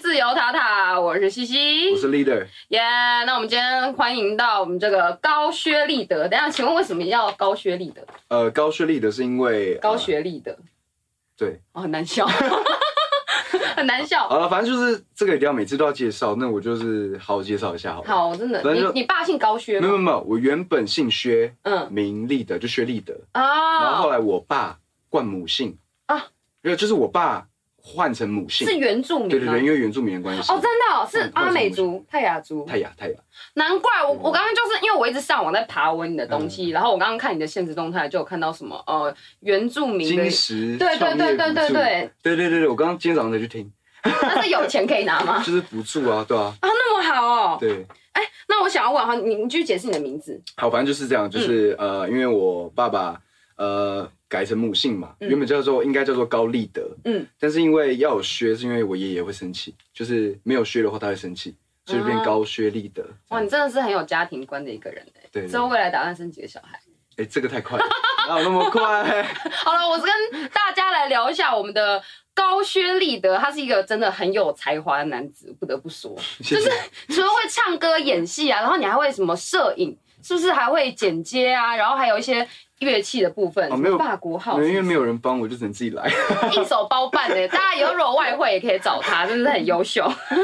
自由塔塔，我是西西，我是 leader，耶那我们今天欢迎到我们这个高薛立德。等一下，请问为什么要高薛立德？呃，高学历的是因为高、呃学历的，对，哦，很难笑， 很难笑。好了，反正就是这个一定要每次都要介绍，那我就是好好介绍一下好了。，好，真的，反正就你你爸姓高薛没有没有吗？没有，我原本姓薛，嗯名立德，就薛立德，然后后啊，来我爸冠母姓啊啊，因为就是我爸换成母姓是，原住民吗？啊对对对，因为原住民的关系。哦，真的、哦、是嗯阿美族、泰雅族，泰雅泰雅，难怪我我刚刚就是因为我一直上网在爬文你的东嗯西，然后我刚刚看你的现实动态，就有看到什么呃原住民的金，石对对创对业对对补助对，对对对对，我刚刚今天早上才去听，但是有钱可以拿 吗？就是补助啊，对啊，啊，那么好哦。对，那我想要问哈，你你继续解释你的名字，好，反正就是这样，就是、嗯呃，因为我爸爸呃改成母姓嘛，嗯原本叫做应该叫做高立德，嗯嗯，但是因为要有薛，是因为我爷爷会生气，就是没有薛的话他会生气，所以就变啊高薛立德。哇，你真的是很有家庭观的一个人哎、对，之对后哎、未来打算生几个小孩？这个太快了，哪有那么快？ 好了，我是跟大家来聊一下我们的高薛立德，他是一个真的很有才华的男子，不得不说，谢谢。除了会唱歌、演戏啊，然后你还会什么摄影，是不是还会剪接啊？然后还有一些乐器的部分，哦没有什么法国号，因为没有人帮我，就只能自己来。一手包办的、大家以后如果外汇也可以找他，真的是很优秀。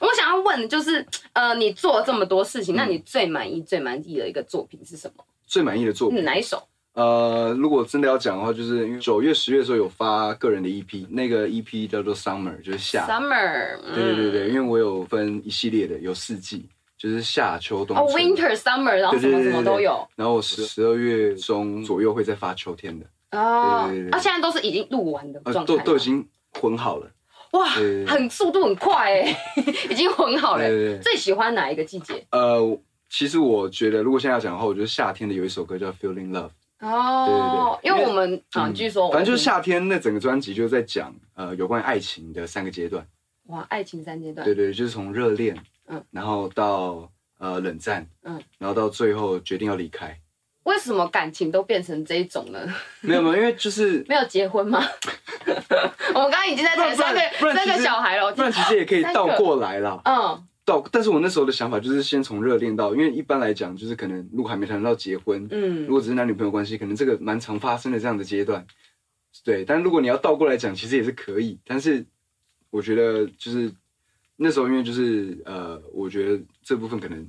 我想要问，就是呃，你做了这么多事嗯情，那你最满意、最满意的一个作品是什么？最满意的作品嗯，，哪一首？呃，如果真的要讲的话，就是因为九月、十月的时候有发个人的 EP，那个 EP 叫做 Summer，就是夏。 Summer，嗯对对对对，因为我有分一系列的，有四季，就是夏、秋、冬、哦春。 ，Winter Summer，然后什么什么都有然后我十十二月中左右会再发秋天的，哦对对对啊，对。现在都是已经录完的状呃，态都吗，都已经混好了。哇，对对对很速度很快哎， 已经混好了对对欸。对最喜欢哪一个季节？呃，其实我觉得，如果现在要讲的话，我觉得夏天的有一首歌叫《Feeling Love 哦，对对对因为我们啊，嗯据说》，反正就是夏天那整个专辑就在讲呃有关于爱情的三个阶段。哇，爱情三阶段对，对，就是从热恋，嗯嗯，然后到呃冷战，嗯嗯，然后到最后决定要离开。为什么感情都变成这一种呢？没有没有，因为就是没有结婚 吗？我们刚刚已经在谈不三然个不然三其个实小 孩了，我不听然其实也可以三倒个过来啦。嗯到，但是我那时候的想法就是先从热恋到，因为一般来讲就是可能如果还没谈到结婚，如嗯，果只是男女朋友关系，可能这个蛮常发生的这样的阶段。对，但如果你要倒过来讲，其实也是可以。但是我觉得就是那时候，因为就是呃，我觉得这部分可能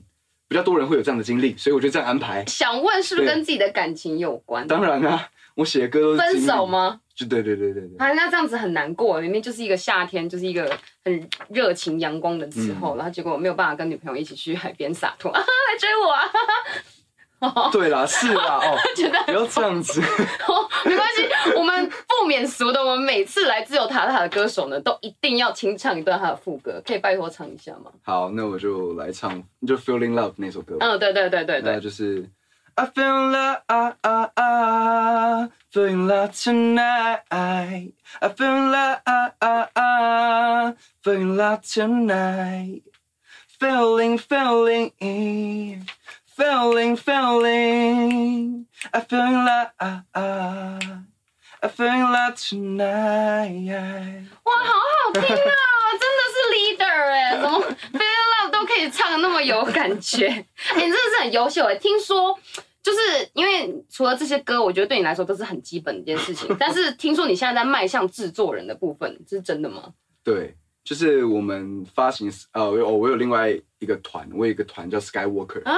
比较多人会有这样的经历，所以我就这样安排。想问是不是对跟自己的感情有关？当然啦、啊我写的歌都是分经历手？吗？就对对对对对。啊，那这样子很难过，明明就是一个夏天，就是一个很热情阳光的时嗯候，然后结果没有办法跟女朋友一起去海边洒脱，啊， 来追我啊！对啦，是啦，哦， 觉得不要这样子。 没关系，我们不免俗的，我们每次来自由塔塔的歌手呢，都一定要清唱一段他的副歌，可以拜托唱一下吗？好，那我就来唱，就《Feeling Love》那首歌吧。嗯，对对对对那对，就是 I feel in love, ah, ah, ah, feel in love tonight. I feel in love, ah, ah, ah, feel in love tonight. Feeling, feeling, feeling, feeling. I feel in love, ah, ah, I feel in love tonight. 哇，好好听啊！ 真的是 leader 哎、怎么 Feel Love 都可以唱得那么有感觉？ 哎、你真的是很优秀哎、听说就是因为除了这些歌，我觉得对你来说都是很基本的一件事情。但是听说你现在在迈向制作人的部分，这是真的吗？对，就是我们发行呃，我有我有另外一个团，我有一个团叫 Skywalker 啊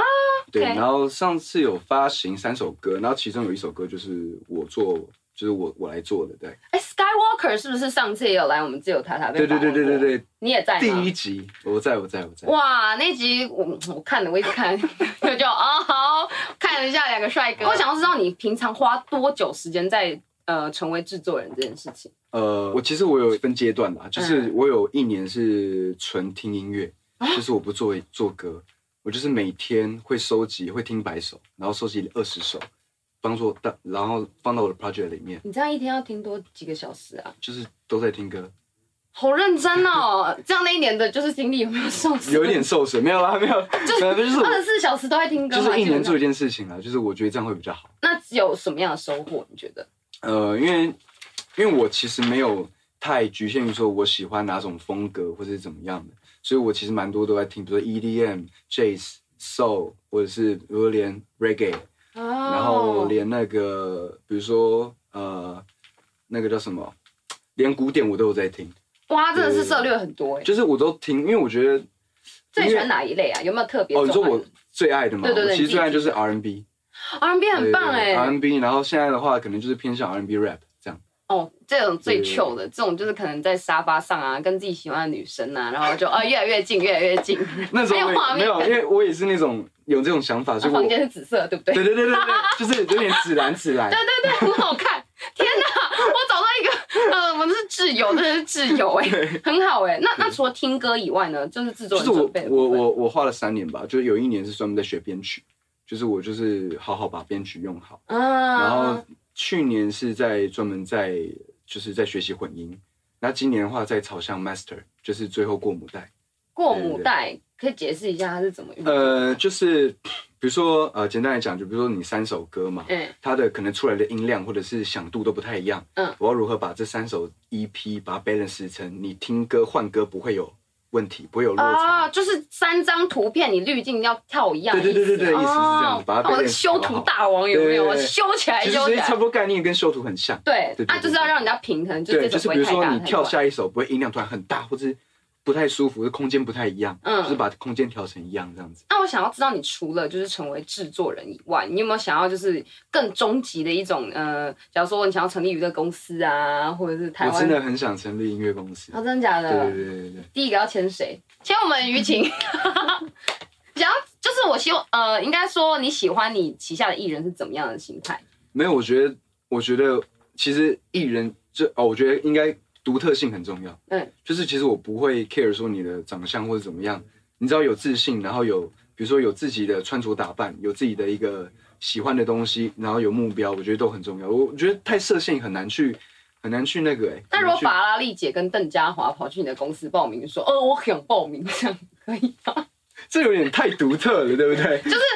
对， OK 然后上次有发行三首歌，然后其中有一首歌就是我做，就是我我来做的，对，哎、s k y w a l k e r 是不是上次也有来我们自由塔塔？对对对对，对你也在对，吗第一？集我在我在我在，哇，那集我我看了，我一直看， 我就啊、好看了一下两个帅哥。我想要知道你平常花多久时间在呃成为制作人这件事情。呃，我其实我有分阶段啦，就嗯是啊我有一年是纯听音乐，就是我不做做歌，我就是每天会收集会听百首，然后收集二十首，帮助到然后放到我的 project 里面，你这样一天要听多几个小时啊？就是都在听歌。好认真哦！这样那一年的就是经历有没有受损？有一点受损，没有啦， 没有，没有，就是二我十四小时都在听歌就嘛，是一年基本做上一件事情啦，就是我觉得这样会比较好。那有什么样的收获？你觉得？呃，因为因为我其实没有太局限于说我喜欢哪种风格或者是怎么样的，所以我其实蛮多都在听，比如说 EDM、Jazz、Soul，或者是比如说连 Reggae，然然后连那个比如说呃那个叫什么，连古典我都有在听，哇，真的是涉略很多哎。就是我都听，因为我觉得最喜欢哪一类啊？有没有特别哦，重你要说的？我最爱的嘛，对对对我你其实自己最爱就是 R&B， R&B 很棒对对对哎。 ，R&B，然后现在的话可能就是偏向 R&B rap 这样，哦，这种最对对 chill 的，这种就是可能在沙发上啊，跟自己喜欢的女生啊，然后就 啊越来越近，越来越近。那时没候有画我也面啊没有，因为我也是那种有这种想法，所以我房对间是紫色的，对不对？对对对对，对就是有点紫蓝紫蓝对，对对，很好 看。天哪，我找到一个，呃，我们是挚友，真的是挚友哎、很好哎、那那除了听歌以外呢， 就是制作人就是我准备的我部分我我花了三年吧，就是有一年是专门在学编曲，就是我就是好好把编曲用好，啊，然后去年是在专门在就是在学习混音，那今年的话在朝向 master，就是最后过母带。过母带可以解释一下它是怎么运作？呃，就是比如说呃，简单来讲，就比如说你三首歌嘛，嗯它的可能出来的音量或者是响度都不太一样。嗯，我要如何把这三首 EP 把它 balance 成你听歌换歌不会有问题，不会有落差。哦，就是三张图片，你滤镜要跳一样的意对思。对对对对意思是这样子哦把它那我变的得修图大王有没哎有？对我对对修起来其实修起差来不。多概念跟修图很像。对对对，对啊，就是要让人家平衡，就对，这就种是不会比如太说大你太跳短。下一首不会音量突然很大，或者不太舒服，空间不太一样，嗯就是把空间调成一样这样子。那我想要知道，你除了就是成为制作人以外，你有没有想要就是更终极的一种呃，假如说你想要成立娱乐公司啊，或者是台我湾真？的很想成立音乐公司。啊，真的假的？对对对对对。第一个要签谁？签我们于晴。 想要就是我希望呃，应该说你喜欢你旗下的艺人是怎么样的心态？没有，我觉得，我觉得其实艺人这哦，我觉得应该独特性很重要。嗯，就是其实我不会 care 说你的长相或者怎么样，你只要有自信，然后有比如说有自己的穿着打扮，有自己的一个喜欢的东西，然后有目标，我觉得都很重要。我觉得太设限很难去很难去那个哎、欸。那如果很难去法拉利姐跟邓家华跑去你的公司报名，说呃我想报名，这样可以吗？这有点太独特了，对不 对？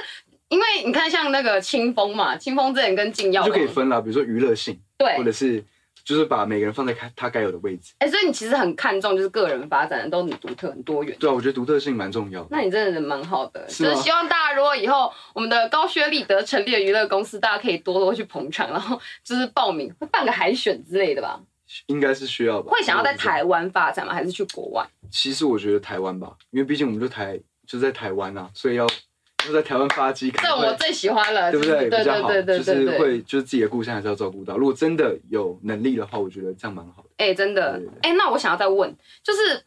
因为你看像那个清风嘛，清风之前跟静耀就可以嘛分了，比如说娱乐性，对，或者是就是把每个人放在他该有的位置。哎、所以你其实很看重就是个人发展的都很独特、很多元。对啊，我觉得独特性蛮重要的。那你真的人蛮好的，是就吗是希望大家如果以后我们的高学历得成立的娱乐公司，大家可以多多去捧场，然后就是报名办个海选之类的吧。应该是需要吧？会想要在我不知道台湾发展吗？还是去国外？其实我觉得台湾吧，因为毕竟我们就台就在台湾啊，所以要要在台湾发迹，可这能我会最喜欢了，对不对？就是对比较好，对对对就对是对对。会就是自己的故乡还是要照顾到。如果真的有能力的话，我觉得这样蛮好的。哎、真的对对，哎、那我想要再问，就是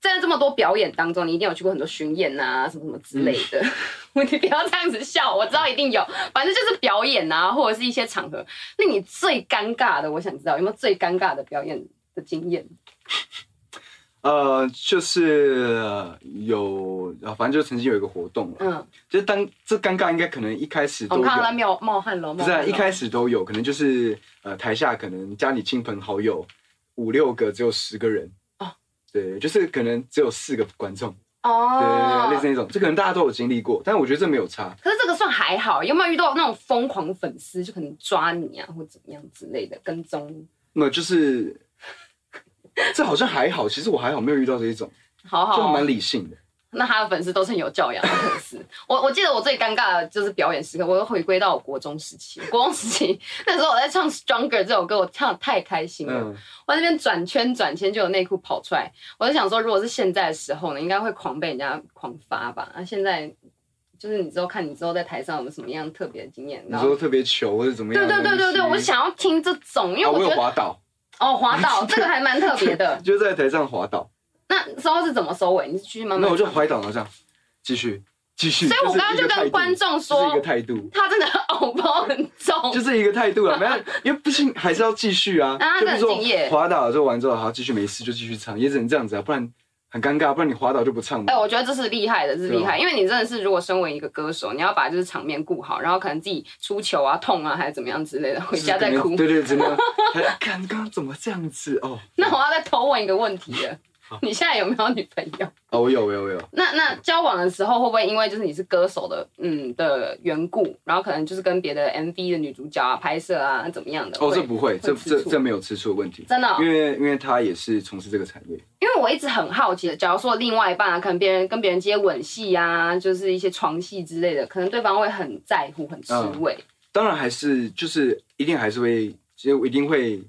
在这么多表演当中，你一定有去过很多巡演啊，什么什么嗯之类的。 你不要这样子笑，我知道一定有，反正就是表演啊，或者是一些场合，令你最尴尬的，我想知道有没有最尴尬的表演的经验？呃，就是呃有啊，反正就曾经有一个活动了，嗯，哦就是当这尴尬应该可能一开始我都有看，到他冒冒汗了，不冒是、汗啊、了一开始都有，可能就是呃台下可能加你亲朋好友五六个，只有十个人哦对，就是可能只有四个观众。对对哦，对，类似那种，这可能大家都有经历过，但我觉得这没有差。可是这个算还好，有没有遇到那种疯狂粉丝就可能抓你啊，或怎么样之类的跟踪？那么就是， 这好像还好，其实我还好没有遇到这一种，好好就哦，蛮理性的。 那他的粉丝都是很有教养的粉丝。我我记得我最尴尬的就是表演时刻，我又回归到我国中时期。国中时期那时候我在唱《Stronger》这首歌，我唱的太开心了，嗯，我在那边转圈转圈就有内裤跑出来。我就想说，如果是现在的时候呢，应该会狂被人家狂发吧？那、现在就是你之后看你之后在台上有没有什么样特别的经验？你然后说特别糗或者怎么对样？对对对对，我啊，想要听这种，因为我我有觉得、滑倒，哦 滑倒这个还蛮特别的。就在台上滑倒，那之后是怎么收尾？你是继续慢慢那我就讲滑倒了，这样继续继续。嗯所以我刚刚是就一个态跟度观众这是一说个。态度，他真的 偶包很重，就是一个态度了，啊没有，因为不行还是要继续啊。啊就比如说这很敬业滑倒了之后完之后，好继续没事就继续唱，也只能这样子啊，不然很尴尬，不然你滑倒就不唱了哎、。我觉得这是厉害的，这是啊厉害，因为你真的是，如果身为一个歌手，你要把就是场面顾好，然后可能自己出糗啊、痛啊，还是怎么样之类的，回家再就是可哭 能。对对，真的。还看刚刚怎么这样子哦？那我要再偷问一个问题了，你现在有没有女朋友？哦，我有，我有，我有。那那交往的时候会不会因为就是你是歌手的嗯的缘故，然后可能就是跟别的 MV 的女主角啊拍摄啊怎么样的？哦，会这不会，这吃这醋这没有吃醋的问题，真的哦、因为因为他也是从事这个产业。因为我一直很好奇，假如说另外一半啊，可能别人跟别人接吻戏啊，就是一些床戏之类的，可能对方会很在乎、很吃嗯味。当然还是就是一定还是会，就一定会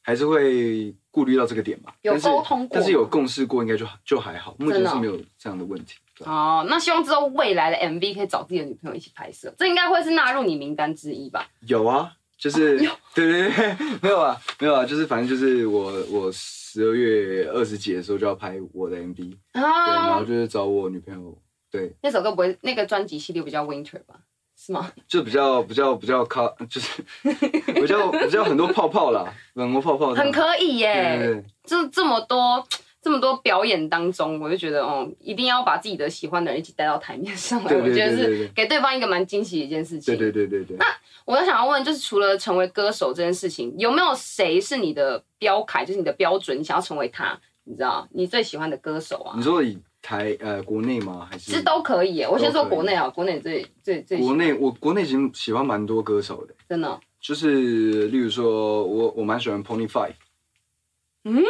还是会顾虑到这个点嘛。有但是沟通过但是有共识过，应该就就还好，目前真的哦是没有这样的问题。对哦，那希望之后未来的 MV 可以找自己的女朋友一起拍摄，这应该会是纳入你名单之一吧？有啊，就是、 对对对，没有啊，没有啊，就是反正就是我我十二月二十几的时候就要拍我的 MV，对，然后啊，就是找我女朋友，对，那首歌不会，那个专辑系列比较 Winter 吧？是吗？就比较比较比较靠， 就是比较比较很多泡泡啦，很多泡泡这样，很可以耶、哦对对对，就这么多这么多表演当中，我就觉得哦，一定要把自己的喜欢的人一起带到台面上来，对对我觉得对对是对给对方一个蛮惊喜的一件事情。对对对对对。我想要问，就是除了成为歌手这件事情，有没有谁是你的标楷，就是你的标准，你想要成为他？你知道你最喜欢的歌手啊你？说以台呃国内吗？还其是实都可以耶。我先说都可以国内啊，国内最最最喜国内，我国内已经喜欢蛮多歌手的，真的就是例如说我我蛮喜欢 Pony Five，嗯，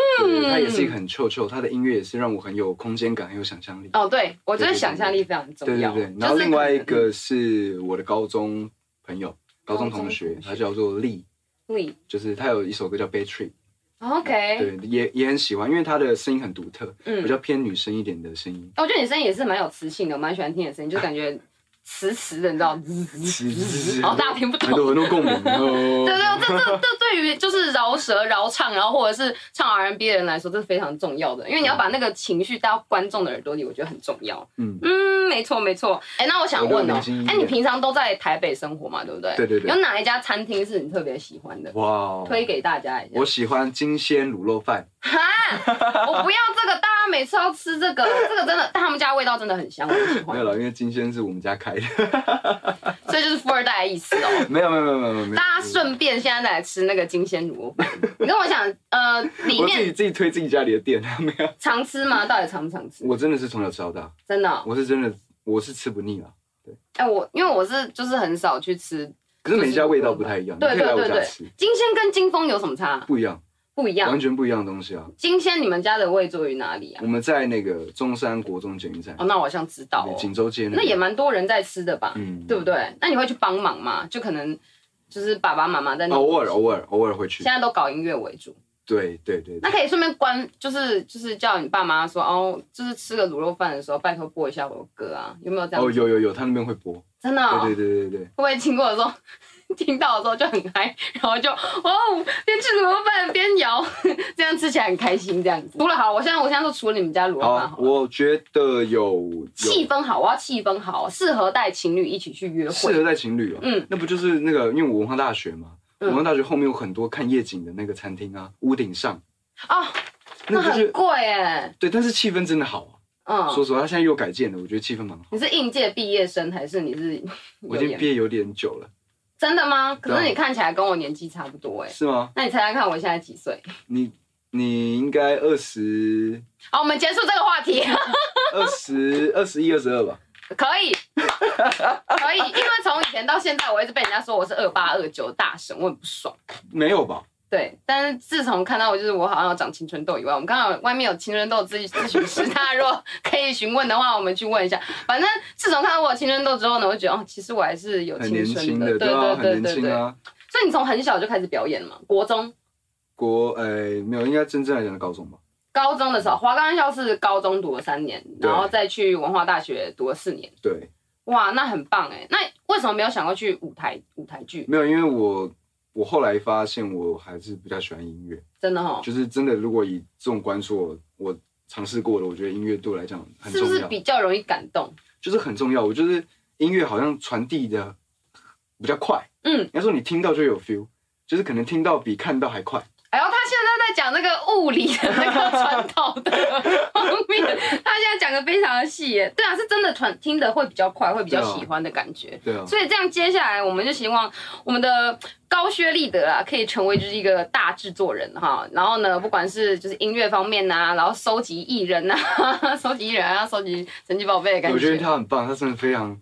他也是一个很 chill chill，他的音乐也是让我很有空间感，很有想象力。哦，对我觉得对对对想象力非常重对对要。对，就然后是另外一可能个是我的高中朋友，高中同学高中同，学他叫做 Lee， Lee 就是他有一首歌叫《Bad Trip》， OK，对，也也很喜欢，因为他的声音很独特，嗯哦比较偏女生一点的声音。我觉得你声音也是蛮有磁性的，我蛮喜欢听你的声音，就感觉磁磁的，你知道，滋滋滋 滋然后大家听不懂很。多很多共鸣哦。 对对，这这这对于就是饶舌、饶唱，然后或者是唱 R&B 的人来说，这是非常重要的，因为你要把那个情绪带到观众的耳朵里，我觉得很重要。嗯嗯，没错没错。哎，那我想我问觉得哦明星一，哎，点你平常都在台北生活嘛，对不对？对对对有哪一家餐厅是你特别喜欢的？哇哦，推给大家一下我。喜欢金鲜卤肉饭，哈，我不要这个，大家每次要吃这 个，这个真的，但他们家味道真的很香，我很喜没欢有。了，因为金鲜是我们家开的，所以就是富二代的意思哦。没有没有没有没有没有没有，大家顺便现在再来吃那个金鲜卤肉饭。你跟我讲，呃，里我自面己自己推自己家里的店，啊没有，常吃吗？到底常不常吃？我真的是从小吃到大，真的哦、我是真的我是吃不腻啊，哎、我因为我是就是很少去吃可是每家味道不太一样，你对可以来我对对家对吃，金鲜跟金峰有什么差？不一样，不一样完。全不一样的东西啊。金鲜你们家的位坐于哪里啊我？们在那个中山国中检运站哦，，那我好像知道哦。锦州街那那也边，蛮多人在吃的吧？嗯对不对？那你会去帮忙吗？就可能就是爸爸妈妈在那，偶尔哦偶尔偶尔会去现，在都搞音乐为主。对对对，那可以顺便关，就是就是叫你爸妈说哦，就是吃个卤肉饭的时候，拜托播一下我的歌啊，有没有这样子？哦有有有，他那边会播，真的、哦，对对对对对，会不会经过的时候 听到的时候就很嗨，然后就哦边吃卤肉饭边摇， 这样吃起来很开心这样子。除了好，我现在我现在说除了你们家卤肉饭好，啊好了，我觉得哦有气有氛好，我要气氛好，适合带情侣一起去约适会。合带情侣哦，嗯，那不就是那个，因为我文化大学嘛，嗯文化大学后面有很多看夜景的那个餐厅啊，屋顶上，哦，那不很是贵哎，对，但是气氛真的好、啊。嗯。说实话，它现在又改建了，我觉得气氛蛮好。你是应届毕业生还是你是我有已经点毕业有点久了，真的吗？可是对啊你看起来跟我年纪差不多哎，是吗？那你猜猜看我现在几岁？你你应该二十好，我们结束这个话题。二十二十一二十二吧？可以，可以，因为从以前到现在，我一直被人家说我是二八二九大神，我很不爽。没有吧？对，但是自从看到我就是我好像要长青春痘以外，我们刚好外面有青春痘咨咨询师， 大家如果可以询问的话，我们去问一下。反正自从看到我有青春痘之后呢，我就觉得哦，其实我还是有很青年春轻的，的，对啊，对很对年对轻对。啊。所以你从很小就开始表演了嘛？国中、国呃没有，应该真正来讲的高中吧？高中的时候，华冈校是高中读了三年，对然后再去文化大学读了四年。对，哇，那很棒哎！那为什么没有想过去舞台舞台剧？没有，因为我我后来发现我还是比较喜欢音乐，真的哦哈、就是真的，如果以这种关注我，我尝试过了，我觉得音乐对我来讲很是重不要。是比较容易感动？就是很重要。我就是音乐好像传递的比较快，嗯应该说你听到就有 feel，就是可能听到比看到还快。哎呦，他现在在讲那个物理的那个传导的方面，他现在讲的非常的细耶。对啊，是真的团听的会比较快，会比较对啊喜欢的感觉。对啊，所以这样，接下来我们就希望我们的高薛立德啊，可以成为就是一个大制作人哈。然后呢，不管是就是音乐方面呐、然后收集艺人呐、收集艺人啊，收 集神奇宝贝的感我觉觉得。他很棒，他真的非常。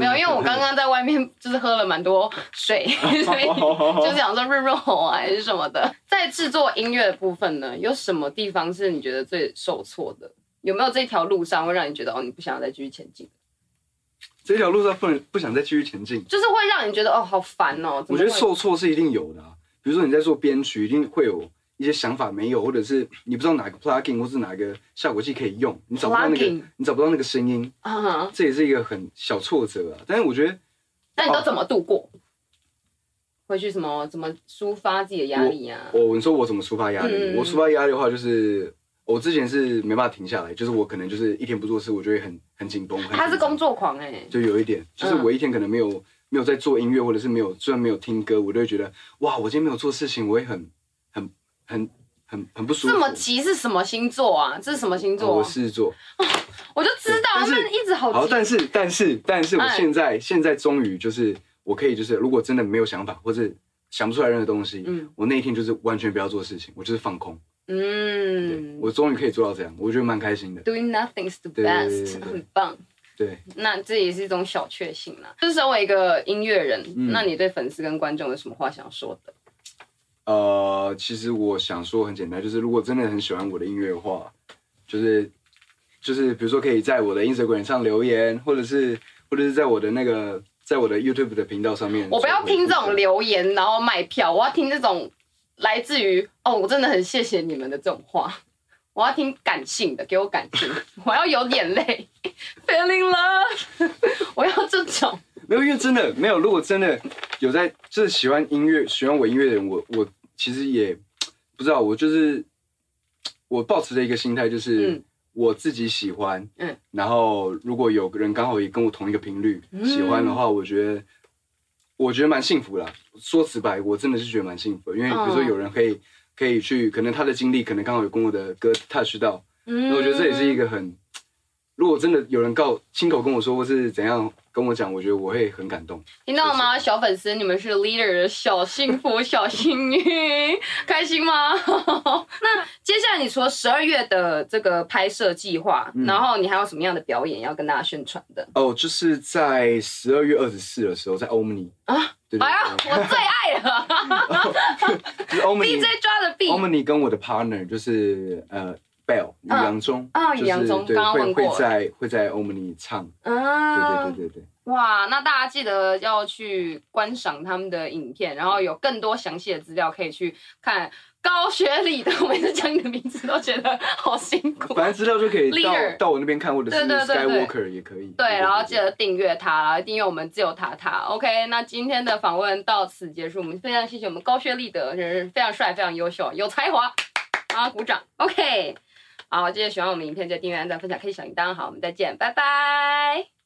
没有，因为我刚刚在外面就是喝了蛮多水， 所以就是想说润润喉啊还是什么的。在制作音乐的部分呢，有什么地方是你觉得最受挫的？有没有这条路上会让你觉得哦，你不想要再继续前进？这条路上不能不想再继续前进。就是会让你觉得哦，好烦哦。怎么我觉得会受挫是一定有的、啊，比如说你在做编曲，一定会有一些想法没有，或者是你不知道哪个 plugin 或是哪个效果器可以用，你找不到那个 Plugin 你找不到那个声音，嗯哼，这也是一个很小挫折啊。但是我觉得那哦你都怎么度过？回去什么怎么抒发自己的压力啊？我你说我怎么抒发压力？嗯我抒发压力的话，就是我之前是没办法停下来，就是我可能就是一天不做事，我就会很很紧绷。很他是紧张工作狂哎、就有一点，就是我一天可能没有、没有在做音乐，或者是没有虽然没有听歌，我都会觉得哇，我今天没有做事情，我会很很很很很不舒服。这么急是什么星座啊？这是什么星哦座我？狮子座。我就知道但他是们一直好好，急。但是但是但是，我哎现在、现在终于就是我可以就是，如果真的没有想法或者想不出来任何东西，嗯我那一天就是完全不要做事情，我就是放空。对，嗯我终于可以做到这样，我觉得蛮开心的。 ，Doing nothing's the 对对对 best，对对很棒。对，那那这也是一种小确幸啦。就是身为一个音乐人，嗯那你对粉丝跟观众有什么话想说的？呃，其实我想说很简单，就是如果真的很喜欢我的音乐的话，就是就是比如说可以在我的 Instagram 上留言，或者是或者是在我的那个在我的 YouTube 的频道上面，我不要听这种。留言然后卖票，我要听这种来自于哦，我真的很谢谢你们的这种话。我要听感性的，给我感性， 我要有眼泪 ，feeling love，我 要这种。没有，因为真的没有。如果真的有在就是喜欢音乐、喜欢我音乐的人，我我其实也不知道，我就是我保持着一个心态，就是、嗯我自己喜欢，嗯嗯，然后如果有个人刚好也跟我同一个频率、喜欢的话，我觉得我觉得蛮幸福啦。说直白，我真的是觉得蛮幸福的，因为比如说嗯有人可以、可以去，可能他的经历可能刚好有跟我的歌 touch 到，嗯那我觉得这也是一个很，如果真的有人告亲口跟我说，或是怎样跟我讲，我觉得我会很感动。听到了吗，小粉丝，你们是 leader 的小幸福、小幸运， 开心吗？那接下来你除了十二月的这个拍摄计划，嗯然后你还有什么样的表演要跟大家宣传 的？哦，就是在十二月二十四的时候，在欧姆尼啊啊，对对哎呀，对，我最爱了就是欧姆尼， ，DJ 抓的 B 欧姆尼跟我的 partner 就是呃 Bell 于洋中啊就是于洋中对，刚刚会问过会在会在欧姆尼唱，对对嗯，对对对。哇，那大家记得要去观赏他们的影片，然后有更多详细的资料可以去看。高学历的，我每次讲你的名字都觉得好辛苦。反正资料就可以到 Leader 到我那边看，或者是对对对对 Skywalker 也可以。对，然后记得订阅它，然后订阅我们自由塔塔。OK，那今天的访问到此结束，我们非常谢谢我们高学历的人，非常帅，非常优秀，有才华，啊，鼓掌。OK，好，记得喜欢我们影片就订阅、按赞、分享、开启小铃铛。好，我们再见，拜拜。